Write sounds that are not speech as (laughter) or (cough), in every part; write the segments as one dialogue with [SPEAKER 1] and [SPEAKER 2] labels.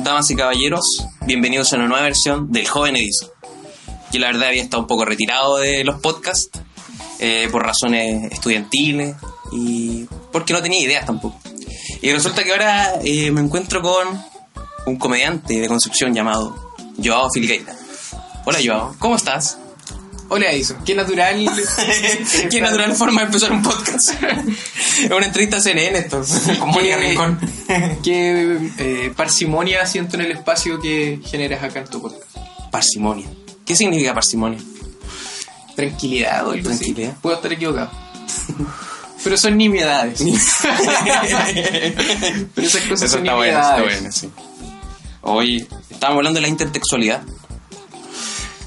[SPEAKER 1] Damas y caballeros, bienvenidos a una nueva versión del Joven Edison. Yo la verdad había estado un poco retirado de los podcasts eh, por razones estudiantiles y porque no tenía ideas tampoco. Y resulta que ahora eh, me encuentro con un comediante de Concepción llamado Joao Filgueira. Hola Joao, ¿cómo estás?
[SPEAKER 2] Hola Edison, qué natural.
[SPEAKER 1] (laughs) Qué natural forma de empezar un podcast. (laughs) Es una entrevista a CNN esto, con Mónica
[SPEAKER 2] Qué-
[SPEAKER 1] Rincón.
[SPEAKER 2] Qué eh, parsimonia siento en el espacio que generas acá en tu podcast.
[SPEAKER 1] Parsimonia. ¿Qué significa parsimonia?
[SPEAKER 2] Tranquilidad o algo así.
[SPEAKER 1] Tranquilidad.
[SPEAKER 2] Puedo estar equivocado. Pero son nimiedades. (laughs) Pero esas cosas
[SPEAKER 1] Eso
[SPEAKER 2] son
[SPEAKER 1] está bueno, está
[SPEAKER 2] nimiedades.
[SPEAKER 1] bueno, sí. Hoy estábamos hablando de la intertextualidad.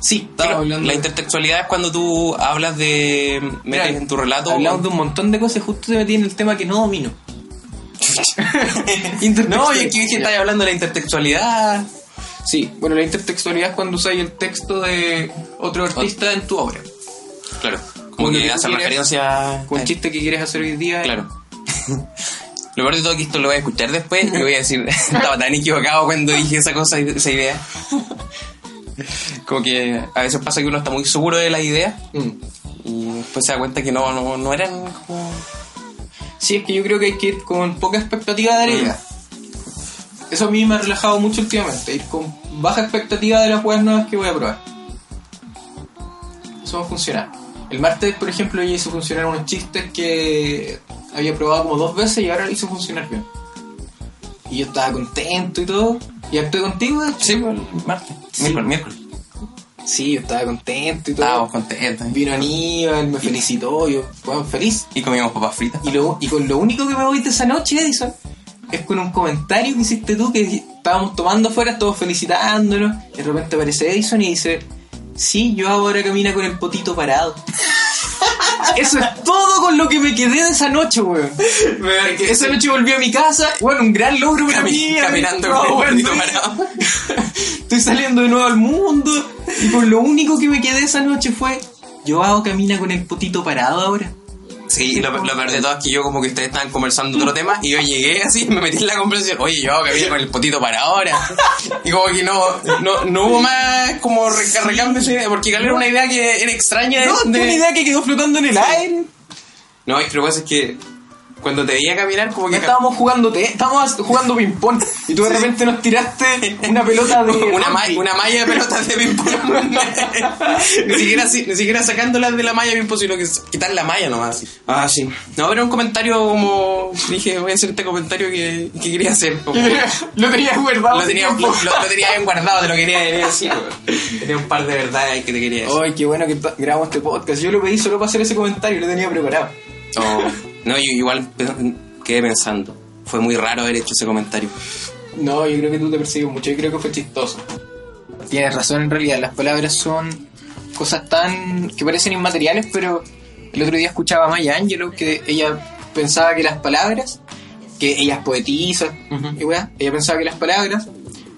[SPEAKER 2] Sí,
[SPEAKER 1] Pero
[SPEAKER 2] estamos hablando.
[SPEAKER 1] La
[SPEAKER 2] de-
[SPEAKER 1] intertextualidad es cuando tú hablas de. metes
[SPEAKER 2] Mira,
[SPEAKER 1] en tu relato.
[SPEAKER 2] Hablamos de un montón de cosas y justo te metí en el tema que no
[SPEAKER 1] (laughs)
[SPEAKER 2] domino.
[SPEAKER 1] No, yo aquí dije estáis hablando de la intertextualidad.
[SPEAKER 2] Sí, bueno, la intertextualidad es cuando usáis el texto de otro artista en tu obra.
[SPEAKER 1] Claro. Como
[SPEAKER 2] Como
[SPEAKER 1] que
[SPEAKER 2] que tú
[SPEAKER 1] hace
[SPEAKER 2] quieres-
[SPEAKER 1] referencia.
[SPEAKER 2] Con un chiste que quieres hacer hoy día.
[SPEAKER 1] Claro. (laughs) Lo peor de todo es que esto lo voy a escuchar después y voy a decir, (laughs) estaba tan equivocado cuando dije esa cosa, esa idea. (laughs) Como que a veces pasa que uno está muy seguro de la idea
[SPEAKER 2] Mm.
[SPEAKER 1] y después se da cuenta que no, no, no eran como...
[SPEAKER 2] Sí, es que yo creo que hay que ir con poca expectativa
[SPEAKER 1] Mm.
[SPEAKER 2] de la idea. Eso a mí me ha relajado mucho últimamente, ir con baja expectativa de las weas nuevas que voy a probar. Eso va a funcionar. El martes, por ejemplo, yo hice funcionar unos chistes que había probado como dos veces y ahora lo hice funcionar bien. Y yo estaba contento y todo. Y actué contigo, de hecho.
[SPEAKER 1] Sí, el martes.
[SPEAKER 2] Sí.
[SPEAKER 1] Miércoles, miércoles.
[SPEAKER 2] Sí, yo estaba contento y todo.
[SPEAKER 1] Estábamos contentos.
[SPEAKER 2] Vino Aníbal, me felicitó, yo, weón, feliz.
[SPEAKER 1] Y comíamos papas fritas.
[SPEAKER 2] Y, lo- y con lo único que me voy de esa noche, Edison, es con un comentario que hiciste tú, que estábamos tomando afuera, todos felicitándonos, y de repente aparece Edison y dice, sí, yo ahora camina con el potito parado. (laughs) Eso es todo con lo que me quedé de esa noche, weón. Esa (laughs) noche volví a mi casa, bueno, un gran logro para
[SPEAKER 1] Cami-
[SPEAKER 2] mí.
[SPEAKER 1] caminando
[SPEAKER 2] no,
[SPEAKER 1] con el
[SPEAKER 2] weón,
[SPEAKER 1] potito
[SPEAKER 2] estoy-
[SPEAKER 1] parado.
[SPEAKER 2] Estoy saliendo de nuevo al mundo, y con lo único que me quedé esa noche fue, yo hago camina con el potito parado ahora.
[SPEAKER 1] Sí, y lo, lo peor de todo es que yo como que ustedes estaban conversando otro tema y yo llegué así, me metí en la conversación, oye, yo que vine con el potito para ahora. Y como que no, no, no hubo más como reca- recambio de idea, porque claro, era una idea que era extraña. de-
[SPEAKER 2] No,
[SPEAKER 1] de-
[SPEAKER 2] tengo una idea que quedó flotando en el aire.
[SPEAKER 1] No, es que lo que pasa es que cuando te veía caminar como
[SPEAKER 2] Ya
[SPEAKER 1] que...
[SPEAKER 2] estábamos jugando, te, estábamos jugando ping-pong y tú de repente nos tiraste una pelota
[SPEAKER 1] (laughs)
[SPEAKER 2] de.
[SPEAKER 1] una, ma- una malla de pelotas de ping-pong. (laughs) ni, siquiera, si- ni siquiera sacándolas de la malla de ping-pong, sino que s- quitar la malla nomás. Ah, sí. No, pero un comentario como. Dije, voy a hacer este comentario que, que quería hacer. como-
[SPEAKER 2] (laughs) Lo tenías guardado.
[SPEAKER 1] lo, tenía,
[SPEAKER 2] hace
[SPEAKER 1] lo,
[SPEAKER 2] tiempo.
[SPEAKER 1] lo tenía bien guardado, te lo quería decir. (laughs) weón. Tenía un par de verdades ahí que te quería decir.
[SPEAKER 2] Ay, qué bueno que ta- grabamos este podcast. Yo lo pedí solo para hacer ese comentario, lo tenía preparado.
[SPEAKER 1] Oh, No, yo igual pe- quedé pensando. Fue muy raro haber hecho ese comentario.
[SPEAKER 2] No, yo creo que tú te persigues mucho, yo creo que fue chistoso. Tienes razón, en realidad, las palabras son cosas tan. que parecen inmateriales, pero el otro día escuchaba a Maya Angelou que ella pensaba que las palabras, que ella es poetisa, y weá, ella pensaba que las palabras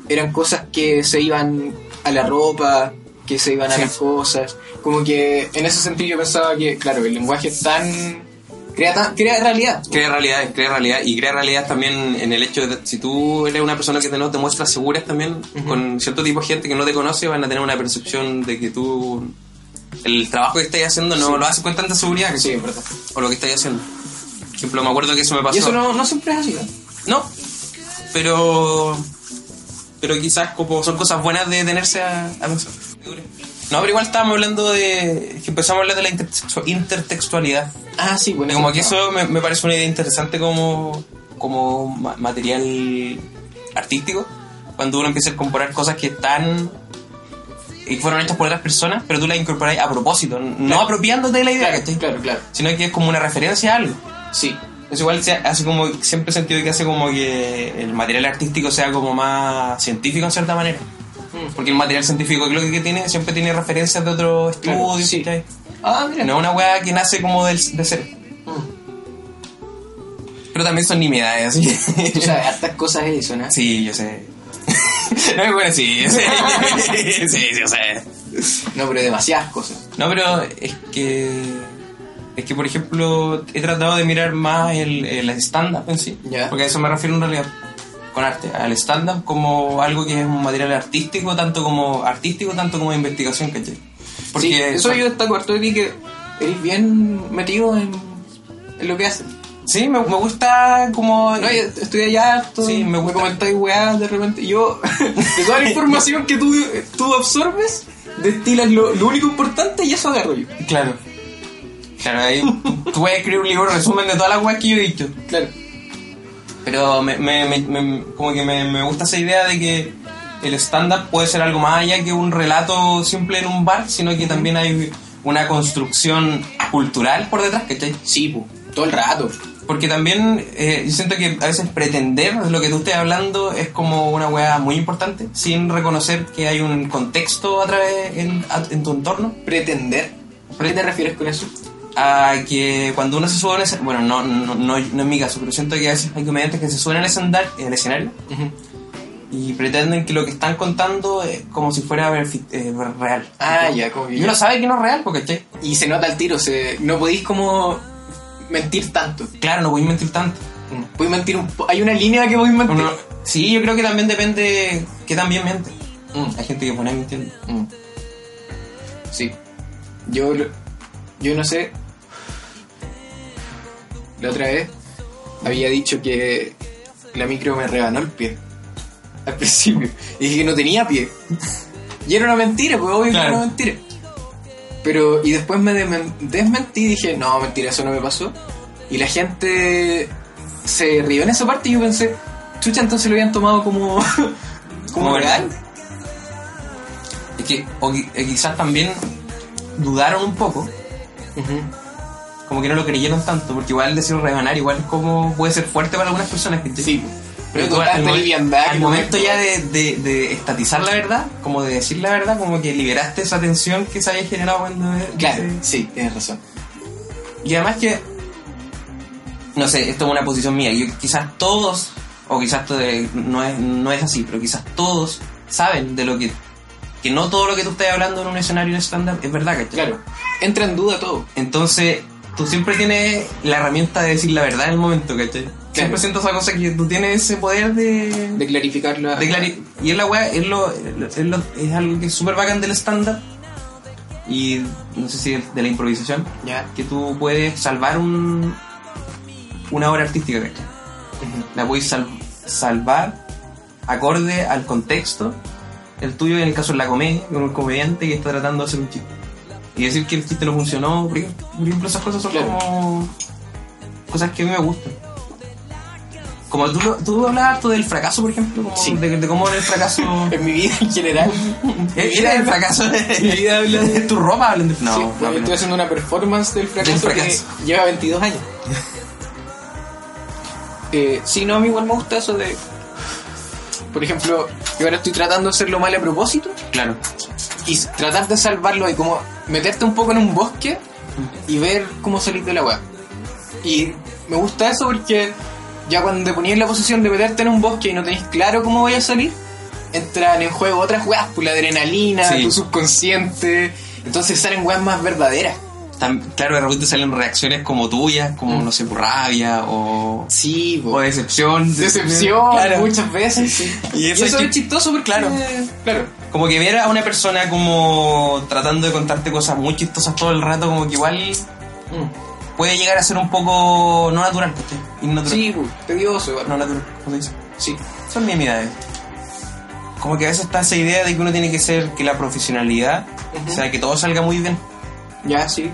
[SPEAKER 2] eran cosas que se iban a la ropa, que se iban a
[SPEAKER 1] Sí.
[SPEAKER 2] las cosas. Como que en ese sentido yo pensaba que, claro, el lenguaje es tan. crea, tan, crea realidad.
[SPEAKER 1] Crea realidad, crea realidad y crea realidad también en el hecho de si tú eres una persona que te, no te muestras seguras también con cierto tipo de gente que no te conoce van a tener una percepción de que tú el trabajo que estás haciendo no lo haces con tanta seguridad que
[SPEAKER 2] Sí, es verdad.
[SPEAKER 1] o lo que estás haciendo. Por ejemplo, me acuerdo que eso me pasó.
[SPEAKER 2] Y eso no, no siempre es así, ¿no?
[SPEAKER 1] No, pero. Pero quizás como son cosas buenas de tenerse a, a pensar. No, pero igual estábamos hablando de. que empezamos a hablar de la intertextu- intertextualidad.
[SPEAKER 2] Ah, sí,
[SPEAKER 1] Y
[SPEAKER 2] bueno.
[SPEAKER 1] como
[SPEAKER 2] sí,
[SPEAKER 1] que
[SPEAKER 2] no.
[SPEAKER 1] eso me, me parece una idea interesante como. como ma- material artístico. Cuando uno empieza a incorporar cosas que están y fueron hechas por otras personas, pero tú las incorporás a propósito, n- no apropiándote de la idea,
[SPEAKER 2] Claro,
[SPEAKER 1] ¿cachai?
[SPEAKER 2] claro, claro.
[SPEAKER 1] Sino que es como una referencia a algo.
[SPEAKER 2] Sí,
[SPEAKER 1] Es igual, se hace como, siempre he sentido que hace como que el material artístico sea como más científico en cierta manera.
[SPEAKER 2] Mm.
[SPEAKER 1] Porque el material científico creo que tiene, siempre tiene referencias de otros estudios.
[SPEAKER 2] Claro, sí.
[SPEAKER 1] ¿cachai?
[SPEAKER 2] Ah, mira.
[SPEAKER 1] No es una weá que nace como del, de cero.
[SPEAKER 2] Mm.
[SPEAKER 1] Pero también son nimiedades, así. (laughs)
[SPEAKER 2] Tú sabes, hartas cosas de eso, ¿no?
[SPEAKER 1] Sí, yo sé. (laughs) no, bueno, sí, yo sé.
[SPEAKER 2] (laughs)
[SPEAKER 1] sí, yo sé.
[SPEAKER 2] No, pero demasiadas cosas.
[SPEAKER 1] No, pero es que. Es que, por ejemplo, he tratado de mirar más el, el stand-up en sí.
[SPEAKER 2] Ya.
[SPEAKER 1] Porque a eso me refiero en realidad con arte. Al stand-up como algo que es un material artístico, tanto como artístico, tanto como de investigación, ¿cachai? Porque
[SPEAKER 2] sí, eso yo destaco harto de ti que eres bien metido en, en lo que haces.
[SPEAKER 1] Sí, me, me gusta como...
[SPEAKER 2] No, yo estudié allá harto,
[SPEAKER 1] Sí, me
[SPEAKER 2] me,
[SPEAKER 1] gusta.
[SPEAKER 2] comentáis weá de repente. Yo, (laughs) de toda la información que tú, tú absorbes, destilas lo, lo único importante y eso agarro yo.
[SPEAKER 1] Claro. Claro, ahí tú puedes escribir un libro resumen de todas las weas que yo he dicho.
[SPEAKER 2] Claro.
[SPEAKER 1] Pero me, me- me- me- como que me, me gusta esa idea de que el stand-up puede ser algo más allá que un relato simple en un bar, sino que también hay una construcción cultural por detrás, ¿cachai?
[SPEAKER 2] Sí, po, todo el rato.
[SPEAKER 1] Porque también eh, yo siento que a veces pretender lo que tú estés hablando es como una weá muy importante, sin reconocer que hay un contexto a través en, a- en tu entorno.
[SPEAKER 2] Pretender. ¿A qué te refieres con eso?
[SPEAKER 1] a que cuando uno se sube en ese, bueno no, no, no, no es mi caso pero siento que a veces hay comediantes que se suben al escenario, al escenario y pretenden que lo que están contando es como si fuera verfi- eh, ver- real
[SPEAKER 2] Ah, ya, como que
[SPEAKER 1] y uno
[SPEAKER 2] ya.
[SPEAKER 1] sabe que no es real porque ¿cachai?
[SPEAKER 2] Y se nota el tiro, se, no podéis como mentir tanto.
[SPEAKER 1] claro no voy a mentir tanto
[SPEAKER 2] Podéis mentir un po- Hay una línea que podéis mentir.
[SPEAKER 1] Uno- sí yo creo que también depende que también miente
[SPEAKER 2] Mm.
[SPEAKER 1] hay gente que pone mintiendo
[SPEAKER 2] Mm. Sí. Yo, lo- yo no sé. La otra vez había dicho que la micro me rebanó el pie. Al (laughs) principio. Y dije que no tenía pie. Y era una mentira, pues obvio que
[SPEAKER 1] Claro.
[SPEAKER 2] era una mentira. Pero, y después me desmen- desmentí y dije, no, mentira, eso no me pasó. Y la gente se rió en esa parte y yo pensé, chucha, entonces lo habían tomado como. (laughs) como
[SPEAKER 1] Como
[SPEAKER 2] real.
[SPEAKER 1] es que o qui- eh, quizás también dudaron un poco
[SPEAKER 2] Ujú.
[SPEAKER 1] como que no lo creyeron tanto porque igual decir reganar igual es como puede ser fuerte para algunas personas que
[SPEAKER 2] Sí, pero
[SPEAKER 1] tú
[SPEAKER 2] tú
[SPEAKER 1] al,
[SPEAKER 2] estás
[SPEAKER 1] mo-
[SPEAKER 2] liviandad.
[SPEAKER 1] al momento ya de, de- de estatizar la verdad, como de decir la verdad, como que liberaste esa tensión que se había generado cuando...
[SPEAKER 2] Claro, sí, tienes razón.
[SPEAKER 1] Y además que, no sé, esto es una posición mía, yo quizás todos, o quizás to- eh, no, es, no es así, pero quizás todos saben de lo que... Que no todo lo que tú estás hablando en un escenario de stand-up es verdad, ¿cachai?
[SPEAKER 2] Claro, entra en duda todo.
[SPEAKER 1] Entonces, tú siempre tienes la herramienta de decir la verdad en el momento, ¿cachai? Siempre siento esa cosa que tú tienes ese poder de...
[SPEAKER 2] De clarificar la.
[SPEAKER 1] De clari- y es la weá, es, lo, es, lo- es algo que es súper bacán del estándar y no sé si de la improvisación,
[SPEAKER 2] Ya.
[SPEAKER 1] que tú puedes salvar un, una obra artística, ¿cachai?
[SPEAKER 2] Ujú.
[SPEAKER 1] La puedes sal- salvar acorde al contexto, el tuyo en el caso de la comedia, con un comediante que está tratando de hacer un chiste. Y decir que el chiste no funcionó, por ejemplo, por ejemplo, esas cosas son
[SPEAKER 2] Claro.
[SPEAKER 1] como cosas que a mí me gustan. Como tú, lo- tú hablabas harto del fracaso, por ejemplo, como
[SPEAKER 2] Sí.
[SPEAKER 1] de, de cómo era el
[SPEAKER 2] (laughs)
[SPEAKER 1] fracaso. Eh,
[SPEAKER 2] En mi vida en general.
[SPEAKER 1] era el fracaso
[SPEAKER 2] Mi vida habla
[SPEAKER 1] (laughs)
[SPEAKER 2] de.
[SPEAKER 1] tu ropa hablan de (laughs) no,
[SPEAKER 2] Sí,
[SPEAKER 1] no,
[SPEAKER 2] pues,
[SPEAKER 1] pero-
[SPEAKER 2] estoy haciendo una performance del fracaso,
[SPEAKER 1] Del fracaso.
[SPEAKER 2] que lleva
[SPEAKER 1] (laughs)
[SPEAKER 2] 22 años. eh, sí, no, a mí igual me gusta eso de. Por ejemplo, yo ahora estoy tratando de hacerlo mal a propósito
[SPEAKER 1] claro.
[SPEAKER 2] y s- tratar de salvarlo y como meterte un poco en un bosque y ver cómo salir de la web. Y me gusta eso porque ya cuando te ponías en la posición de meterte en un bosque y no tenés claro cómo voy a salir, entran en juego otras weas, pues la adrenalina,
[SPEAKER 1] Sí.
[SPEAKER 2] tu subconsciente, entonces salen weas más verdaderas.
[SPEAKER 1] Tam- claro, de repente salen reacciones como tuyas, como
[SPEAKER 2] Mm.
[SPEAKER 1] no sé, por rabia o,
[SPEAKER 2] Sí,
[SPEAKER 1] o decepción.
[SPEAKER 2] decepción
[SPEAKER 1] Claro.
[SPEAKER 2] muchas veces.
[SPEAKER 1] Y
[SPEAKER 2] Y
[SPEAKER 1] eso
[SPEAKER 2] eso,
[SPEAKER 1] es
[SPEAKER 2] es,
[SPEAKER 1] chi-
[SPEAKER 2] chistoso porque, eh,
[SPEAKER 1] Claro.
[SPEAKER 2] claro,
[SPEAKER 1] Como que ver a una persona como tratando de contarte cosas muy chistosas todo el rato, como que igual puede llegar a ser un poco no natural, ¿cachai? Innatural.
[SPEAKER 2] sí, pues, tedioso, igual.
[SPEAKER 1] No natural, ¿cómo se dice?
[SPEAKER 2] sí.
[SPEAKER 1] Son nimiedades. Como que a veces está esa idea de que uno tiene que ser que la profesionalidad,
[SPEAKER 2] Ujú.
[SPEAKER 1] o sea, que todo salga muy bien
[SPEAKER 2] Ya, sí.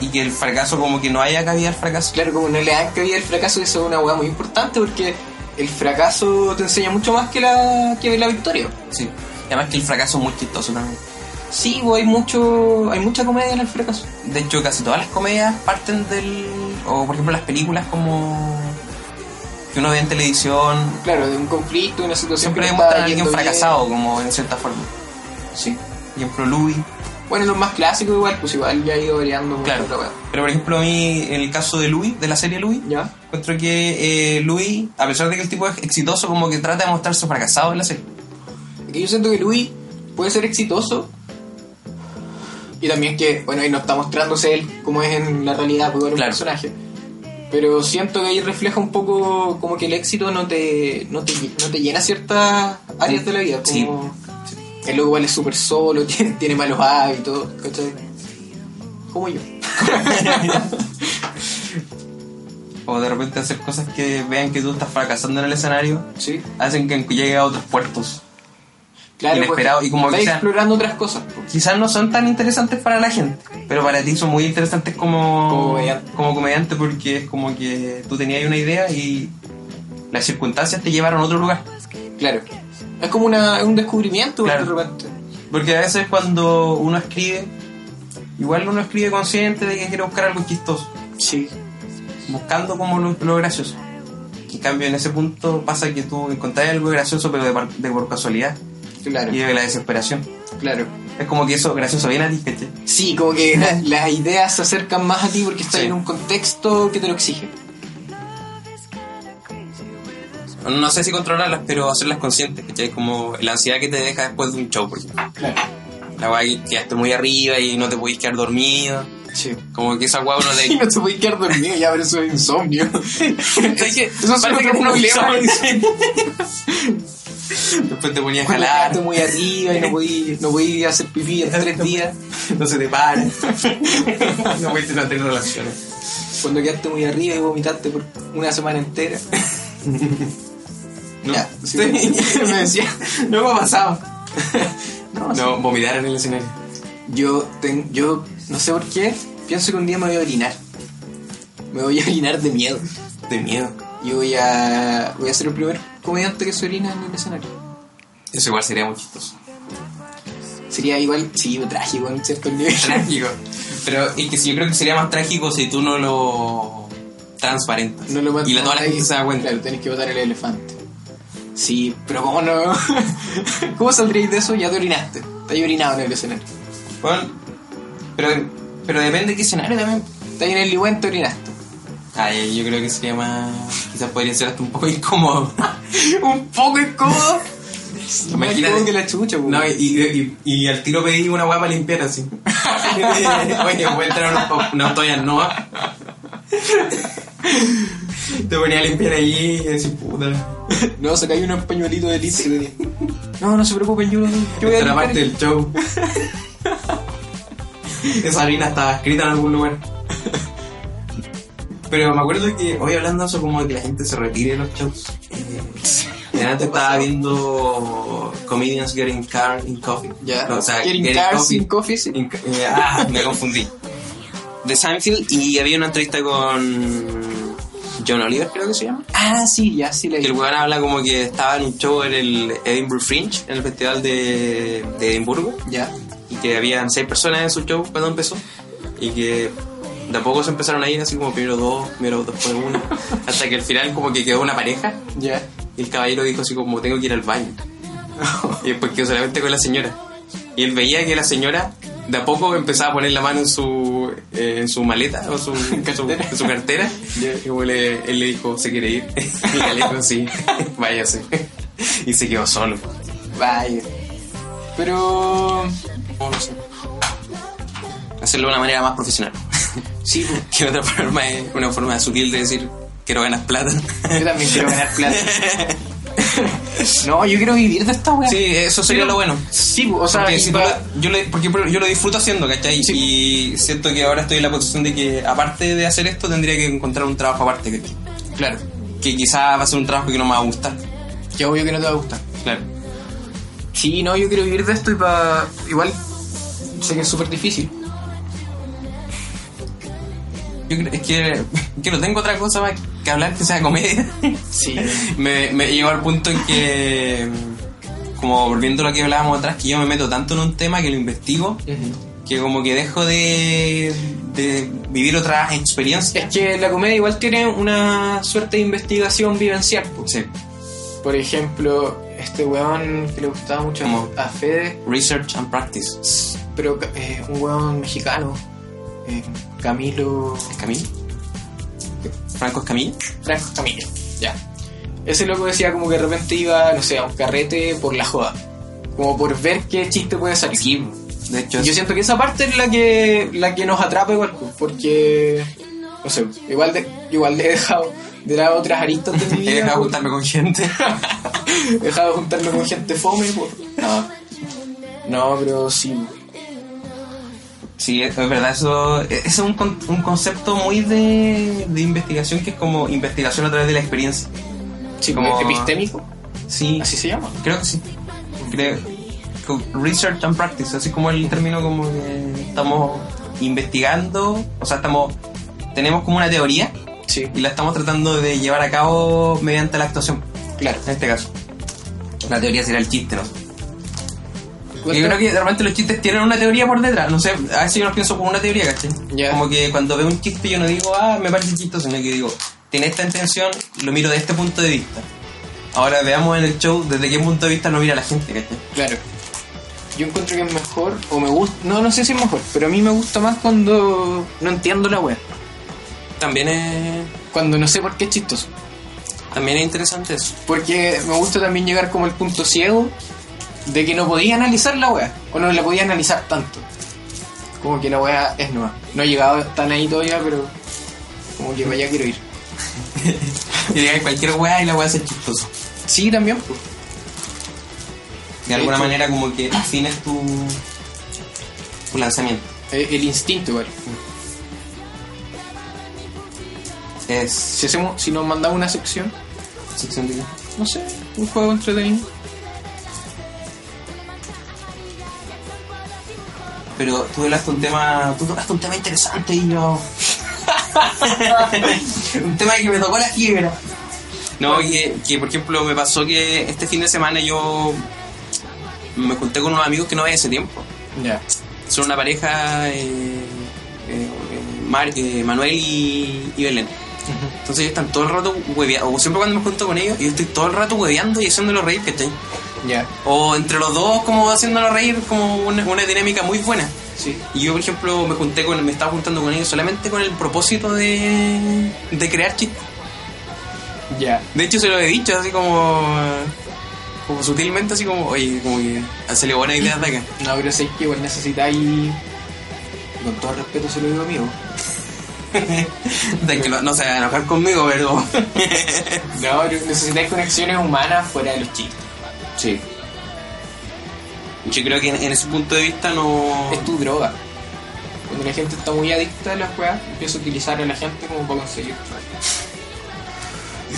[SPEAKER 1] y que el fracaso, como que no haya cabida al fracaso.
[SPEAKER 2] Claro, como no le dan cabida el fracaso, eso es una hueá muy importante porque el fracaso te enseña mucho más que la, que la victoria.
[SPEAKER 1] Sí. Y Además que el fracaso es muy chistoso también.
[SPEAKER 2] Sí, bo, hay mucho, hay mucha comedia en el fracaso.
[SPEAKER 1] De hecho, casi todas las comedias parten del... O por ejemplo las películas como... Que uno ve en televisión.
[SPEAKER 2] Claro, de un conflicto, una situación
[SPEAKER 1] Siempre
[SPEAKER 2] que no
[SPEAKER 1] muestran
[SPEAKER 2] está
[SPEAKER 1] a alguien
[SPEAKER 2] yendo
[SPEAKER 1] fracasado, como en cierta forma.
[SPEAKER 2] bien. Sí.
[SPEAKER 1] Por ejemplo, Louis.
[SPEAKER 2] Bueno, los más clásicos igual, pues igual ya ha ido variando mucho
[SPEAKER 1] Claro.
[SPEAKER 2] la wea.
[SPEAKER 1] Pero por ejemplo, a mí, en el caso de Louis, de la serie Louis,
[SPEAKER 2] ¿Ya?
[SPEAKER 1] encuentro que eh, Louis, a pesar de que el tipo es exitoso, como que trata de mostrarse fracasado en la serie.
[SPEAKER 2] Que yo siento que Luis puede ser exitoso. Y también que, bueno, ahí no está mostrándose él como es en la realidad, porque era un
[SPEAKER 1] Claro.
[SPEAKER 2] personaje. Pero siento que ahí refleja un poco como que el éxito no te, no te, no te llena ciertas áreas de la vida.
[SPEAKER 1] Sí.
[SPEAKER 2] Como el loco igual es súper solo, (laughs) tiene, tiene malos hábitos, ¿cachai? Como yo.
[SPEAKER 1] O de repente hacer cosas que vean que tú estás fracasando en el escenario,
[SPEAKER 2] Sí.
[SPEAKER 1] hacen que llegue a otros puertos.
[SPEAKER 2] Claro, porque
[SPEAKER 1] Inesperado, y como que
[SPEAKER 2] estáis
[SPEAKER 1] sea-
[SPEAKER 2] explorando otras cosas. pues.
[SPEAKER 1] Quizás no son tan interesantes para la gente, pero para ti son muy interesantes como,
[SPEAKER 2] Como comediante.
[SPEAKER 1] como comediante porque es como que tú tenías una idea y las circunstancias te llevaron a otro lugar.
[SPEAKER 2] Claro. Es como una, un descubrimiento
[SPEAKER 1] Claro.
[SPEAKER 2] de repente.
[SPEAKER 1] Porque a veces cuando uno escribe, igual uno escribe consciente de que quiere buscar algo chistoso,
[SPEAKER 2] Sí.
[SPEAKER 1] buscando como lo, lo gracioso. En cambio, en ese punto pasa que tú encontrás algo gracioso, pero de, par- de por casualidad
[SPEAKER 2] Claro,
[SPEAKER 1] y de la desesperación.
[SPEAKER 2] claro.
[SPEAKER 1] Es como que eso gracioso viene a ti, ¿cachai?
[SPEAKER 2] Sí, como que la- las ideas se acercan más a ti porque estás
[SPEAKER 1] Sí.
[SPEAKER 2] en un contexto que te lo exige.
[SPEAKER 1] No sé si controlarlas, pero hacerlas conscientes, ¿cachai? Como la ansiedad que te deja después de un show, por ejemplo.
[SPEAKER 2] Claro.
[SPEAKER 1] La weá que quedaste muy arriba y no te podís quedar dormido.
[SPEAKER 2] Sí.
[SPEAKER 1] Como que esa weá uno
[SPEAKER 2] Y
[SPEAKER 1] te...
[SPEAKER 2] (laughs) no se puede quedar dormido, ya, pero eso es (laughs) insomnio.
[SPEAKER 1] Es que
[SPEAKER 2] Eso es
[SPEAKER 1] parece
[SPEAKER 2] otro
[SPEAKER 1] que uno
[SPEAKER 2] problema.
[SPEAKER 1] (laughs) Después te ponías a
[SPEAKER 2] Cuando
[SPEAKER 1] jalar,
[SPEAKER 2] quedaste muy arriba y no podías no podí hacer pipí en tres días.
[SPEAKER 1] no se te
[SPEAKER 2] (laughs)
[SPEAKER 1] para. no puedes tener relaciones.
[SPEAKER 2] Cuando quedaste muy arriba y vomitaste por una semana entera.
[SPEAKER 1] No,
[SPEAKER 2] Ya,
[SPEAKER 1] (laughs)
[SPEAKER 2] sí.
[SPEAKER 1] Sí.
[SPEAKER 2] me decía, no me ha pasado. (laughs) No, sí.
[SPEAKER 1] no, vomitar en el escenario.
[SPEAKER 2] Yo, ten- yo no sé por qué, pienso que un día me voy a orinar. Me voy a orinar de miedo.
[SPEAKER 1] De miedo.
[SPEAKER 2] Y voy a, voy a ser el primer comediante que se orina en el escenario.
[SPEAKER 1] Eso igual sería muy chistoso.
[SPEAKER 2] Sería igual, sí, trágico en cierto nivel.
[SPEAKER 1] Trágico. Pero es que sí, yo creo que sería más trágico si tú no lo transparentas.
[SPEAKER 2] No lo
[SPEAKER 1] y la, toda la
[SPEAKER 2] ahí.
[SPEAKER 1] gente se da cuenta.
[SPEAKER 2] Claro, tenés que botar el elefante. Sí, pero ¿cómo no? ¿Cómo saldríais de eso? Ya te orinaste. Estás orinado en el escenario.
[SPEAKER 1] Bueno, pero, pero depende de qué escenario también.
[SPEAKER 2] Estás en el ligüen, te orinaste.
[SPEAKER 1] Ay, yo creo que sería más. Quizás podría ser hasta un poco incómodo.
[SPEAKER 2] (laughs) (laughs) Un poco incómodo. Más
[SPEAKER 1] Imagínate.
[SPEAKER 2] incómodo que la chucha, pues, po.
[SPEAKER 1] No, y, y, y- y al tiro pedí una guapa limpiar
[SPEAKER 2] (laughs)
[SPEAKER 1] así. Oye, voy a entrar a una toalla nueva.
[SPEAKER 2] (laughs)
[SPEAKER 1] Te ponía a limpiar allí y decís, puta.
[SPEAKER 2] No, sacáis unos pañuelitos de lice. No, no se preocupen, yo, yo voy
[SPEAKER 1] Esta
[SPEAKER 2] a
[SPEAKER 1] era
[SPEAKER 2] limpiar.
[SPEAKER 1] parte del
[SPEAKER 2] (laughs)
[SPEAKER 1] show. Esa harina estaba escrita en algún lugar. Pero me acuerdo que hoy hablando de eso, como de que la gente se retire de los shows. Eh, antes estaba viendo Comedians Getting Car in Coffee.
[SPEAKER 2] Ya.
[SPEAKER 1] No, o sea,
[SPEAKER 2] ¿Quieren
[SPEAKER 1] Getting
[SPEAKER 2] car
[SPEAKER 1] Coffee
[SPEAKER 2] sin coffee? sí.
[SPEAKER 1] In- eh, ah, me confundí. De Seinfeld y había una entrevista con John Oliver, creo que se llama.
[SPEAKER 2] Ah, sí, ya, sí la
[SPEAKER 1] Que el
[SPEAKER 2] vi.
[SPEAKER 1] weón habla como que estaba en un show en el Edinburgh Fringe, en el festival de, de Edimburgo,
[SPEAKER 2] Ya.
[SPEAKER 1] y que habían seis personas en su show cuando empezó, y que de a poco se empezaron a ir así como primero dos, primero después uno, (laughs) hasta que al final como que quedó una pareja,
[SPEAKER 2] Ya.
[SPEAKER 1] y el caballero dijo así como tengo que ir al (laughs) baño. Y después quedó solamente con la señora. Y él veía que la señora de a poco empezaba a poner la mano en su, eh, en su maleta o su, (laughs) su- en su cartera.
[SPEAKER 2] Ya.
[SPEAKER 1] Y como le- él le dijo, ¿se quiere ir? (laughs) Y ella le dijo, sí, (laughs) váyase. Y se quedó solo.
[SPEAKER 2] Vaya. Pero.
[SPEAKER 1] No, no sé. Hacerlo de una manera más profesional.
[SPEAKER 2] Sí, pues,
[SPEAKER 1] (laughs) Que otra forma es una forma sutil de decir, quiero ganar plata.
[SPEAKER 2] yo también quiero ganar plata. (laughs) no, yo quiero vivir de esta weá.
[SPEAKER 1] Sí, eso sería lo bueno.
[SPEAKER 2] Sí, pues, o sea,
[SPEAKER 1] porque,
[SPEAKER 2] y
[SPEAKER 1] si tú
[SPEAKER 2] pa-
[SPEAKER 1] lo- yo le- porque yo lo disfruto haciendo, ¿cachai? Y siento que ahora estoy en la posición de que, aparte de hacer esto, tendría que encontrar un trabajo aparte. Que,
[SPEAKER 2] claro,
[SPEAKER 1] que quizás va a ser un trabajo que no me va a gustar.
[SPEAKER 2] que obvio que no te va a gustar.
[SPEAKER 1] Claro.
[SPEAKER 2] Sí, no, yo quiero vivir de esto y para. Igual, sé que es súper difícil.
[SPEAKER 1] Yo creo- es que, (laughs) que no tengo otra cosa más (laughs) que hablar que sea comedia.
[SPEAKER 2] Sí.
[SPEAKER 1] me, me llevo al punto en que mm, como volviendo a lo que hablábamos atrás, que yo me meto tanto en un tema que lo investigo, que como que dejo de, de vivir otras
[SPEAKER 2] (laughs) Es
[SPEAKER 1] experiencias.
[SPEAKER 2] que la comedia igual tiene una suerte de investigación vivencial. po.
[SPEAKER 1] Sí,
[SPEAKER 2] Por ejemplo, este weón que le gustaba mucho
[SPEAKER 1] ¿Cómo?
[SPEAKER 2] a Fede,
[SPEAKER 1] research and practice.
[SPEAKER 2] pero eh, un weón mexicano, eh, Camilo.
[SPEAKER 1] ¿Es Camille? ¿Franco es Camille?
[SPEAKER 2] Franco Camilo, ya. Ese loco decía como que de repente iba, no sé, a un carrete por la joda. Como por ver qué chiste puede salir.
[SPEAKER 1] Sí, pues. de hecho.
[SPEAKER 2] Yo
[SPEAKER 1] es-
[SPEAKER 2] siento que esa parte es la que, la que nos atrapa igual, pues, porque, no sé, igual, de, igual he dejado de lado otras aristas de mi vida.
[SPEAKER 1] (laughs) He dejado de
[SPEAKER 2] pues.
[SPEAKER 1] juntarme con gente.
[SPEAKER 2] He dejado de juntarme con gente fome, por... No, no pero sí.
[SPEAKER 1] (laughs) Sí, es es verdad, eso es es un, con- un concepto muy de, de investigación que es como investigación a través de la experiencia.
[SPEAKER 2] Sí,
[SPEAKER 1] Como-
[SPEAKER 2] como epistémico,
[SPEAKER 1] Sí,
[SPEAKER 2] así se llama.
[SPEAKER 1] creo que sí. Creo. co- Research and practice, así como el término como que estamos investigando, o sea, estamos tenemos como una teoría
[SPEAKER 2] Sí,
[SPEAKER 1] y la estamos tratando de llevar a cabo mediante la actuación,
[SPEAKER 2] claro.
[SPEAKER 1] en este caso. La teoría será el chiste, ¿no?
[SPEAKER 2] Igual
[SPEAKER 1] Yo
[SPEAKER 2] te-
[SPEAKER 1] creo que realmente los chistes tienen una teoría por detrás. No sé, a veces yo los pienso como una teoría, ¿cachai?
[SPEAKER 2] Ya.
[SPEAKER 1] Como que cuando veo un chiste yo no digo, ah, me parece chistoso, sino que digo, tiene esta intención, lo miro de este punto de vista. Ahora veamos en el show desde qué punto de vista lo mira la gente, ¿cachai? (laughs)
[SPEAKER 2] Claro. Yo encuentro que es mejor, o me gusta, no, no sé si es mejor, pero a mí me gusta más cuando no entiendo la web.
[SPEAKER 1] También es,
[SPEAKER 2] Cuando no sé por qué es chistoso.
[SPEAKER 1] también es interesante eso.
[SPEAKER 2] Porque me gusta también llegar como el punto ciego de que no podía analizar la wea, o no la podía analizar tanto. Como que la wea es nueva. No he llegado tan ahí todavía, pero como que vaya quiero ir.
[SPEAKER 1] Y diga cualquier weá y la weá es chistoso.
[SPEAKER 2] Sí, también, pues.
[SPEAKER 1] De alguna
[SPEAKER 2] hecho.
[SPEAKER 1] manera como que afines tu, tu lanzamiento.
[SPEAKER 2] Eh, el instinto igual.
[SPEAKER 1] Es
[SPEAKER 2] Si, hacemos, si nos mandamos una sección,
[SPEAKER 1] sección de-
[SPEAKER 2] no sé, un juego entretenido.
[SPEAKER 1] Pero tú hablaste un tema, tú tocaste un tema interesante y yo... (laughs) un tema que me tocó la fiebre. No, que, que, por ejemplo me pasó que este fin de semana yo me junté con unos amigos que no veía hace tiempo.
[SPEAKER 2] Ya.
[SPEAKER 1] Son una pareja, eh, eh, Mar- eh, Manuel y, y Belén. Entonces ellos están todo el rato hueveando, o siempre cuando me junto con ellos, yo estoy todo el rato hueveando y haciéndolo reír, ¿cachai?
[SPEAKER 2] Ya.
[SPEAKER 1] O entre los dos como haciéndolo reír, como una- una dinámica muy buena.
[SPEAKER 2] Sí.
[SPEAKER 1] Y yo, por ejemplo, me junté con, me estaba juntando con ellos solamente con el propósito de, de crear chistes.
[SPEAKER 2] Ya.
[SPEAKER 1] De hecho, se lo he dicho así como, como sutilmente, así como, oye, como que han salido buenas ideas de acá. (laughs)
[SPEAKER 2] No, pero sé que igual necesitáis. y Con todo respeto se lo digo amigo.
[SPEAKER 1] De que no, no se van a enojar conmigo, pero. (laughs)
[SPEAKER 2] No, pero necesitáis conexiones humanas fuera de los chistes.
[SPEAKER 1] Sí. Yo creo que en, en ese punto de vista no.
[SPEAKER 2] Es tu droga. Cuando la gente está muy adicta a las weas, empieza a utilizar a la gente como para conseguir.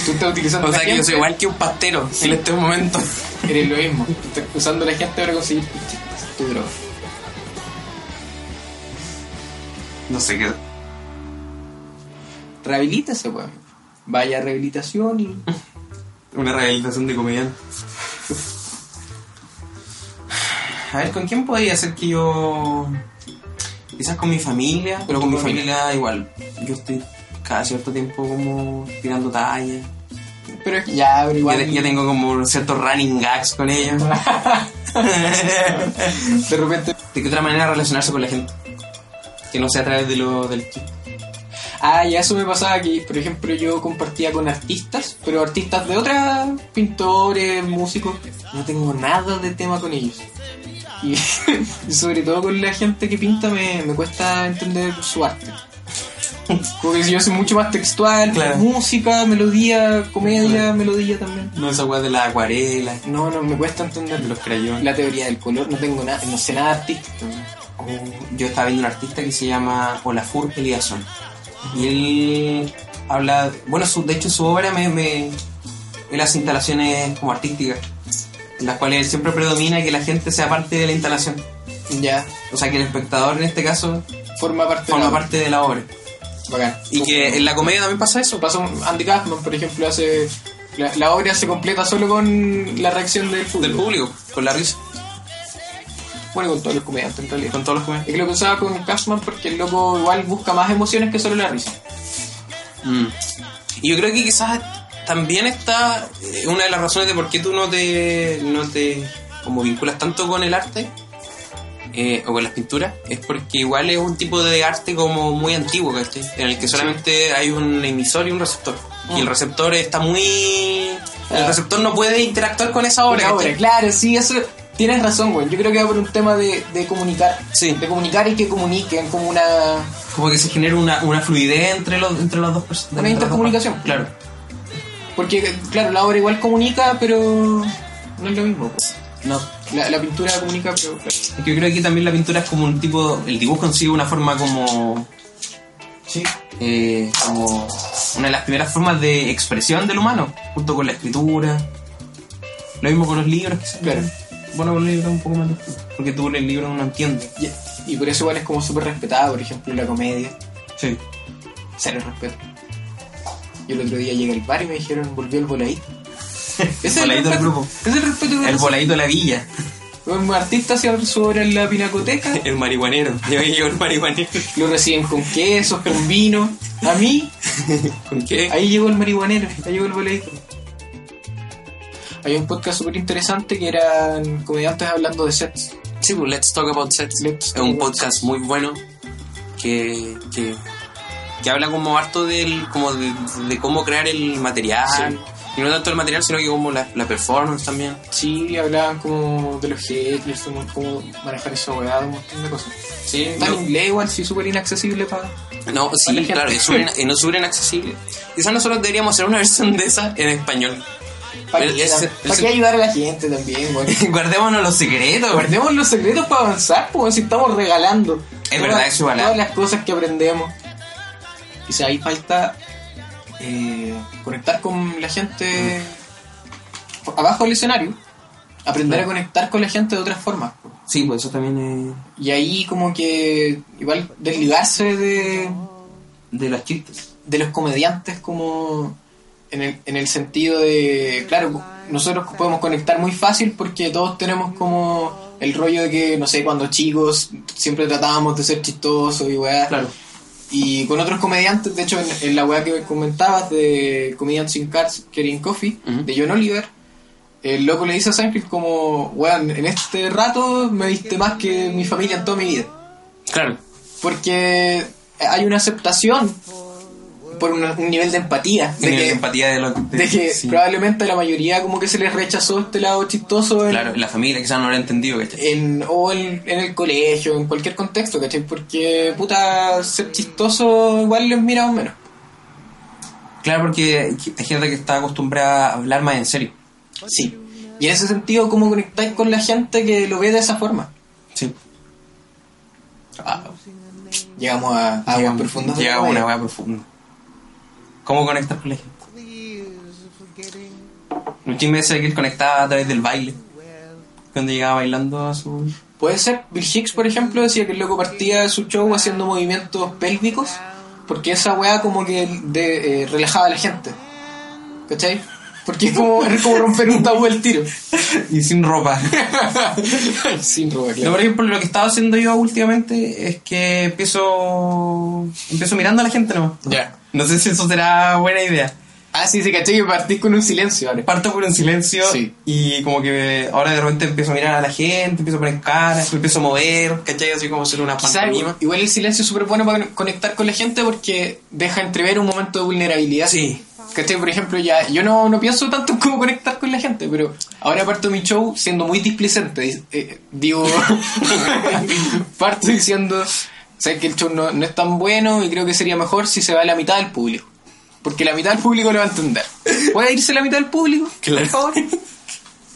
[SPEAKER 2] Tú estás utilizando
[SPEAKER 1] O
[SPEAKER 2] a la
[SPEAKER 1] sea que yo soy
[SPEAKER 2] gente,
[SPEAKER 1] igual que un pastero en este momento. (laughs)
[SPEAKER 2] Eres lo mismo. Tú estás usando a la gente para conseguir tus chistes. Es tu droga.
[SPEAKER 1] No sé qué.
[SPEAKER 2] Rehabilítese, weón. Vaya rehabilitación (laughs) y.
[SPEAKER 1] Una rehabilitación de comediante. A ver, ¿con quién podría ser que yo.? Quizás con mi familia, pero con mi familia igual. Yo estoy cada cierto tiempo como tirando tallas.
[SPEAKER 2] Pero es que ya, pero
[SPEAKER 1] Ya,
[SPEAKER 2] igual.
[SPEAKER 1] te- ya tengo como ciertos running gags con ellos. ¿De
[SPEAKER 2] De repente.
[SPEAKER 1] qué otra manera relacionarse con la gente? Que no sea a través de lo, del chiste.
[SPEAKER 2] Ah, y eso me pasaba que, por ejemplo, yo compartía con artistas, pero artistas de otras, pintores, músicos, no tengo nada de tema con ellos. Y (laughs) sobre todo con la gente que pinta me, me cuesta entender su arte. Porque yo soy mucho más textual,
[SPEAKER 1] Claro.
[SPEAKER 2] música, melodía, comedia,
[SPEAKER 1] Claro.
[SPEAKER 2] melodía también.
[SPEAKER 1] No esa weá de las acuarelas,
[SPEAKER 2] No, no, me cuesta
[SPEAKER 1] de
[SPEAKER 2] entenderlo.
[SPEAKER 1] los crayones.
[SPEAKER 2] La teoría del color, no tengo nada, no sé nada artístico.
[SPEAKER 1] Oh, yo estaba viendo un artista que se llama Olafur Eliasson. Y él habla. Bueno, su- de hecho, su obra me, me- Él hace instalaciones como artísticas, en las cuales él siempre predomina que la gente sea parte de la instalación.
[SPEAKER 2] Ya,
[SPEAKER 1] O sea, que el espectador en este caso
[SPEAKER 2] forma parte
[SPEAKER 1] forma
[SPEAKER 2] de la-
[SPEAKER 1] parte de la obra.
[SPEAKER 2] Bacán.
[SPEAKER 1] Y que en la comedia también pasa eso.
[SPEAKER 2] Pasa un- Andy Kaufman, por ejemplo, hace La, la obra se completa solo con la reacción del
[SPEAKER 1] Del
[SPEAKER 2] público.
[SPEAKER 1] público, con la risa,
[SPEAKER 2] Bueno, con todos los comediantes en realidad.
[SPEAKER 1] con todos los comediantes.
[SPEAKER 2] Es que lo pensaba con Cashman porque el loco igual busca más emociones que solo la risa.
[SPEAKER 1] Mm. Y yo creo que quizás también está eh, una de las razones de por qué tú no te, no te como vinculas tanto con el arte eh, o con las pinturas, es porque igual es un tipo de arte como muy antiguo, ¿cachai? En el que solamente hay un emisor y un receptor. Y el receptor está muy... El
[SPEAKER 2] Mm. Ah.
[SPEAKER 1] receptor no puede interactuar con esa obra.
[SPEAKER 2] Una
[SPEAKER 1] ¿cachai?
[SPEAKER 2] obra, claro, sí, eso. Tienes razón, güey. Yo creo que va por un tema de, de comunicar.
[SPEAKER 1] Sí.
[SPEAKER 2] De comunicar y que comuniquen como una.
[SPEAKER 1] Como que se genera una, una fluidez entre los, entre las dos personas.
[SPEAKER 2] Una intercomunicación.
[SPEAKER 1] Claro.
[SPEAKER 2] Porque, claro, la obra igual comunica, pero. No es lo mismo. pues.
[SPEAKER 1] No.
[SPEAKER 2] La, la pintura comunica, pero. claro.
[SPEAKER 1] Es que yo creo que también la pintura es como un tipo. El dibujo en sí es una forma como.
[SPEAKER 2] Sí.
[SPEAKER 1] eh, como una de las primeras formas de expresión del humano, junto con la escritura. Lo mismo con los libros, quizás.
[SPEAKER 2] Claro.
[SPEAKER 1] Bueno, con los libros un poco más difícil, porque tú lees el libro no entiendes.
[SPEAKER 2] Y, y por eso igual es como súper respetada, por ejemplo, la comedia.
[SPEAKER 1] Sí.
[SPEAKER 2] Cero respeto. Yo el otro día llegué al bar y me dijeron, volvió el voladito.
[SPEAKER 1] (laughs)
[SPEAKER 2] Ese es el
[SPEAKER 1] voladito del
[SPEAKER 2] respeto-
[SPEAKER 1] grupo.
[SPEAKER 2] ese es el respeto que
[SPEAKER 1] El voladito de la villa. (laughs)
[SPEAKER 2] Un artista hacía su obra en la pinacoteca,
[SPEAKER 1] El marihuanero. (laughs) Yo llevo el marihuanero.
[SPEAKER 2] lo reciben con quesos, con vino. A mí,
[SPEAKER 1] ¿Con qué?
[SPEAKER 2] ahí llegó el marihuanero, ahí llegó el voladito. Había un podcast súper interesante que eran comediantes hablando de sets.
[SPEAKER 1] Sí, pues, Let's Talk About Sets.
[SPEAKER 2] Let's
[SPEAKER 1] es un
[SPEAKER 2] Talk About
[SPEAKER 1] podcast muy bueno que, que, que habla como harto del, como de, de cómo crear el material. Y no tanto el material, sino que como la, la performance también.
[SPEAKER 2] Sí, hablaban como de los heckles, como cómo manejar esa weá, un montón de cosas.
[SPEAKER 1] Sí,
[SPEAKER 2] Está en
[SPEAKER 1] no,
[SPEAKER 2] inglés igual, sí, súper inaccesible para...
[SPEAKER 1] no,
[SPEAKER 2] Para
[SPEAKER 1] sí,
[SPEAKER 2] la
[SPEAKER 1] claro,
[SPEAKER 2] gente.
[SPEAKER 1] es súper- eh, no es súper inaccesible. Quizás nosotros deberíamos hacer una versión de esa en español. (laughs)
[SPEAKER 2] Para
[SPEAKER 1] El- ese- ese-
[SPEAKER 2] que ayudar a la gente también, weón.
[SPEAKER 1] Guardémonos los secretos.
[SPEAKER 2] Guardemos los secretos para avanzar, pues si estamos regalando.
[SPEAKER 1] Es verdad, eso igual. ¿eh?
[SPEAKER 2] Todas las cosas que aprendemos. Quizá ahí falta eh, conectar con la gente abajo del escenario. Aprender
[SPEAKER 1] Mm. Claro.
[SPEAKER 2] a conectar con la gente de otras formas.
[SPEAKER 1] Sí, pues eso también
[SPEAKER 2] Y ahí como que igual desligarse de,
[SPEAKER 1] es de las chistes.
[SPEAKER 2] de los comediantes como en el, en el sentido de, claro, nosotros podemos conectar muy fácil porque todos tenemos como el rollo de que, no sé, cuando chicos siempre tratábamos de ser chistosos y weá.
[SPEAKER 1] Ah, Claro.
[SPEAKER 2] Y con otros comediantes, de hecho, en, en la weá que comentabas de Comedians in Cars, Getting Coffee,
[SPEAKER 1] Ujú.
[SPEAKER 2] de John Oliver, el loco le dice a Seinfeld como, weón, en este rato me diste más que mi familia en toda mi vida.
[SPEAKER 1] Claro.
[SPEAKER 2] Porque hay una aceptación por una- un nivel de empatía. De
[SPEAKER 1] Tiene
[SPEAKER 2] que,
[SPEAKER 1] empatía de los.
[SPEAKER 2] de que
[SPEAKER 1] sí.
[SPEAKER 2] probablemente a la mayoría como que se les rechazó este lado chistoso en,
[SPEAKER 1] Claro, la familia quizás no lo ha entendido. ¿cachai?
[SPEAKER 2] en- o en, en el colegio, en cualquier contexto, ¿cachai? Porque, puta, ser chistoso igual les mira menos.
[SPEAKER 1] Claro, porque hay gente que está acostumbrada a hablar más en serio.
[SPEAKER 2] Sí. Y en ese sentido, ¿cómo conectáis con la gente que lo ve de esa forma?
[SPEAKER 1] Sí.
[SPEAKER 2] Ah, llegamos a a aguas profundas. de
[SPEAKER 1] Llega
[SPEAKER 2] la
[SPEAKER 1] una
[SPEAKER 2] comedia.
[SPEAKER 1] weá profunda. ¿Cómo conectas con la gente? Un chisme ese que él conectaba a través del baile. Cuando llegaba bailando a su. (laughs)
[SPEAKER 2] Puede ser, Bill Hicks, por ejemplo, decía que el loco partía su show haciendo movimientos pélvicos, porque esa weá como que de- eh, relajaba a la gente. ¿Cachai? Porque es como, es como romper un tabú el tiro.
[SPEAKER 1] y sin ropa.
[SPEAKER 2] (laughs) Sin robar,
[SPEAKER 1] Yo, por ejemplo, lo que he estado haciendo yo últimamente es que empiezo. empiezo mirando a la gente nomás.
[SPEAKER 2] Ya.
[SPEAKER 1] No sé si eso será buena idea.
[SPEAKER 2] Ah, sí, sí, ¿cachai? Que partís con un silencio ahora.
[SPEAKER 1] Parto por un silencio
[SPEAKER 2] Sí.
[SPEAKER 1] y como que ahora de repente empiezo a mirar a la gente, empiezo a poner caras, me empiezo a mover, ¿cachai? Así como hacer una
[SPEAKER 2] Quizás
[SPEAKER 1] pantomima.
[SPEAKER 2] igual el silencio es súper bueno para con- conectar con la gente porque deja entrever un momento de vulnerabilidad.
[SPEAKER 1] Sí.
[SPEAKER 2] ¿Cachai? Por ejemplo, ya yo no, no pienso tanto en cómo conectar con la gente, pero ahora parto mi show siendo muy displicente. Di- eh, digo, (laughs) parto diciendo, sé que el show no, no es tan bueno y creo que sería mejor si se va a la mitad del público. Porque la mitad del público lo va a entender. ¿Puede irse la mitad del público?
[SPEAKER 1] Claro.
[SPEAKER 2] Por favor.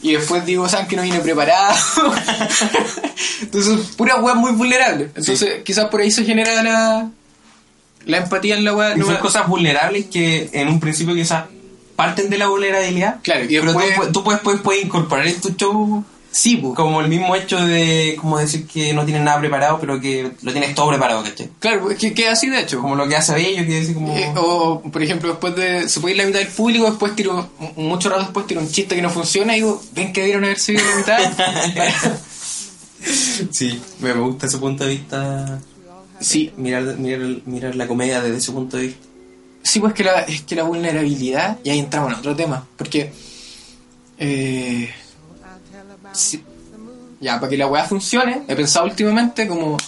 [SPEAKER 2] Y después digo, ¿saben que no vine preparado? (laughs) Entonces, pura web muy vulnerable. Entonces, quizás por ahí se genera la, la empatía en la web.
[SPEAKER 1] Y son cosas vulnerables que en un principio quizás parten de la vulnerabilidad.
[SPEAKER 2] Claro, y
[SPEAKER 1] pero tú
[SPEAKER 2] después-
[SPEAKER 1] pu- tú, puedes, puedes, puedes incorporar en tu show pues,
[SPEAKER 2] Sí, pu.
[SPEAKER 1] Como el mismo hecho de como decir que no tienes nada preparado, pero que lo tienes todo preparado, ¿cachai?
[SPEAKER 2] Claro, pues, que queda así de hecho.
[SPEAKER 1] Como lo que hace Bello, que dice como...
[SPEAKER 2] Eh, o, por ejemplo, después de. Se puede ir la mitad del público, después tiro. m- Mucho rato después tiro un chiste que no funciona y digo, ven que dieron haber subido la mitad.
[SPEAKER 1] Sí, me me gusta ese punto de vista,
[SPEAKER 2] sí,
[SPEAKER 1] mirar, mirar, mirar la comedia desde ese punto de vista.
[SPEAKER 2] sí, pues que la, es que la vulnerabilidad. Y ahí entramos en otro tema. Porque. eh, sí, ya, para que la weá funcione, he pensado últimamente como.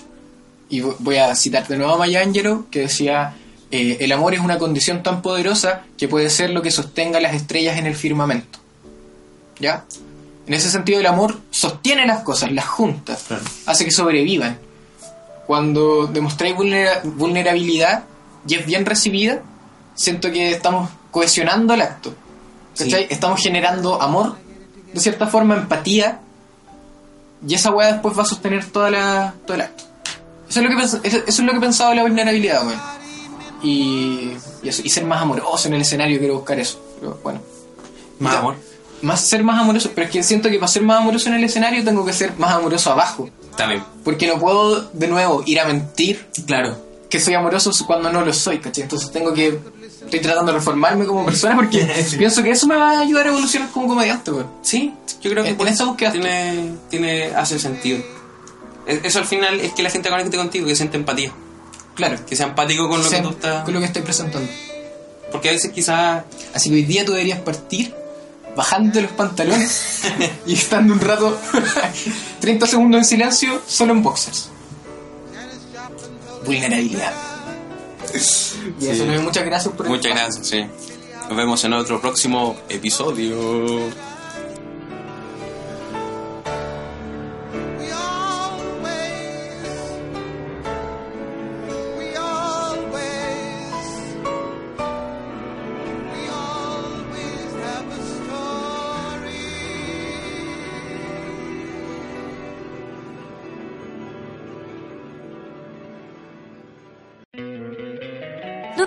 [SPEAKER 2] Y vo- voy a citar de nuevo a Maya Angelou, que decía. eh, el amor es una condición tan poderosa que puede ser lo que sostenga las estrellas en el firmamento. ¿Ya? En ese sentido, el amor sostiene las cosas, las junta,
[SPEAKER 1] Claro.
[SPEAKER 2] hace que sobrevivan. Cuando demostráis vulnera- vulnerabilidad y es bien recibida, siento que estamos cohesionando el acto. ¿cachai?
[SPEAKER 1] Sí.
[SPEAKER 2] Estamos generando amor, de cierta forma empatía, y esa weá después va a sostener toda la, todo el acto. Eso es lo que, pens- eso eso es lo que he pensado de la vulnerabilidad, weón. Y, y, eso, y ser más amoroso en el escenario, quiero buscar eso. Pero bueno
[SPEAKER 1] Más
[SPEAKER 2] Ya.
[SPEAKER 1] amor.
[SPEAKER 2] más ser más amoroso, pero es que siento que para ser más amoroso en el escenario tengo que ser más amoroso abajo,
[SPEAKER 1] También.
[SPEAKER 2] porque no puedo de nuevo ir a mentir
[SPEAKER 1] Claro.
[SPEAKER 2] que soy amoroso cuando no lo soy, ¿cachai? Entonces tengo que estoy tratando de reformarme como persona porque
[SPEAKER 1] (laughs) Sí.
[SPEAKER 2] pienso que eso me va a ayudar a evolucionar como comediante, weón.
[SPEAKER 1] Sí, yo creo que
[SPEAKER 2] En-
[SPEAKER 1] por
[SPEAKER 2] en
[SPEAKER 1] eso
[SPEAKER 2] esa búsqueda
[SPEAKER 1] tiene, tiene, hace sentido. E- Eso al final es que la gente conecte contigo, que siente empatía.
[SPEAKER 2] Claro,
[SPEAKER 1] Que sea empático con lo
[SPEAKER 2] Sea-
[SPEAKER 1] que tú estás...
[SPEAKER 2] con lo que estoy presentando.
[SPEAKER 1] Porque a veces quizás...
[SPEAKER 2] Así que hoy día tú deberías partir bajando los
[SPEAKER 1] (laughs)
[SPEAKER 2] pantalones y estando un rato (laughs) 30 segundos en silencio solo en boxers. Vulnerabilidad. Y eso
[SPEAKER 1] Sí.
[SPEAKER 2] no es muchas gracias por el
[SPEAKER 1] Muchas
[SPEAKER 2] espacio.
[SPEAKER 1] gracias, sí. Nos vemos en otro próximo episodio.
[SPEAKER 3] We always, we always, we always have a story.
[SPEAKER 4] ¿No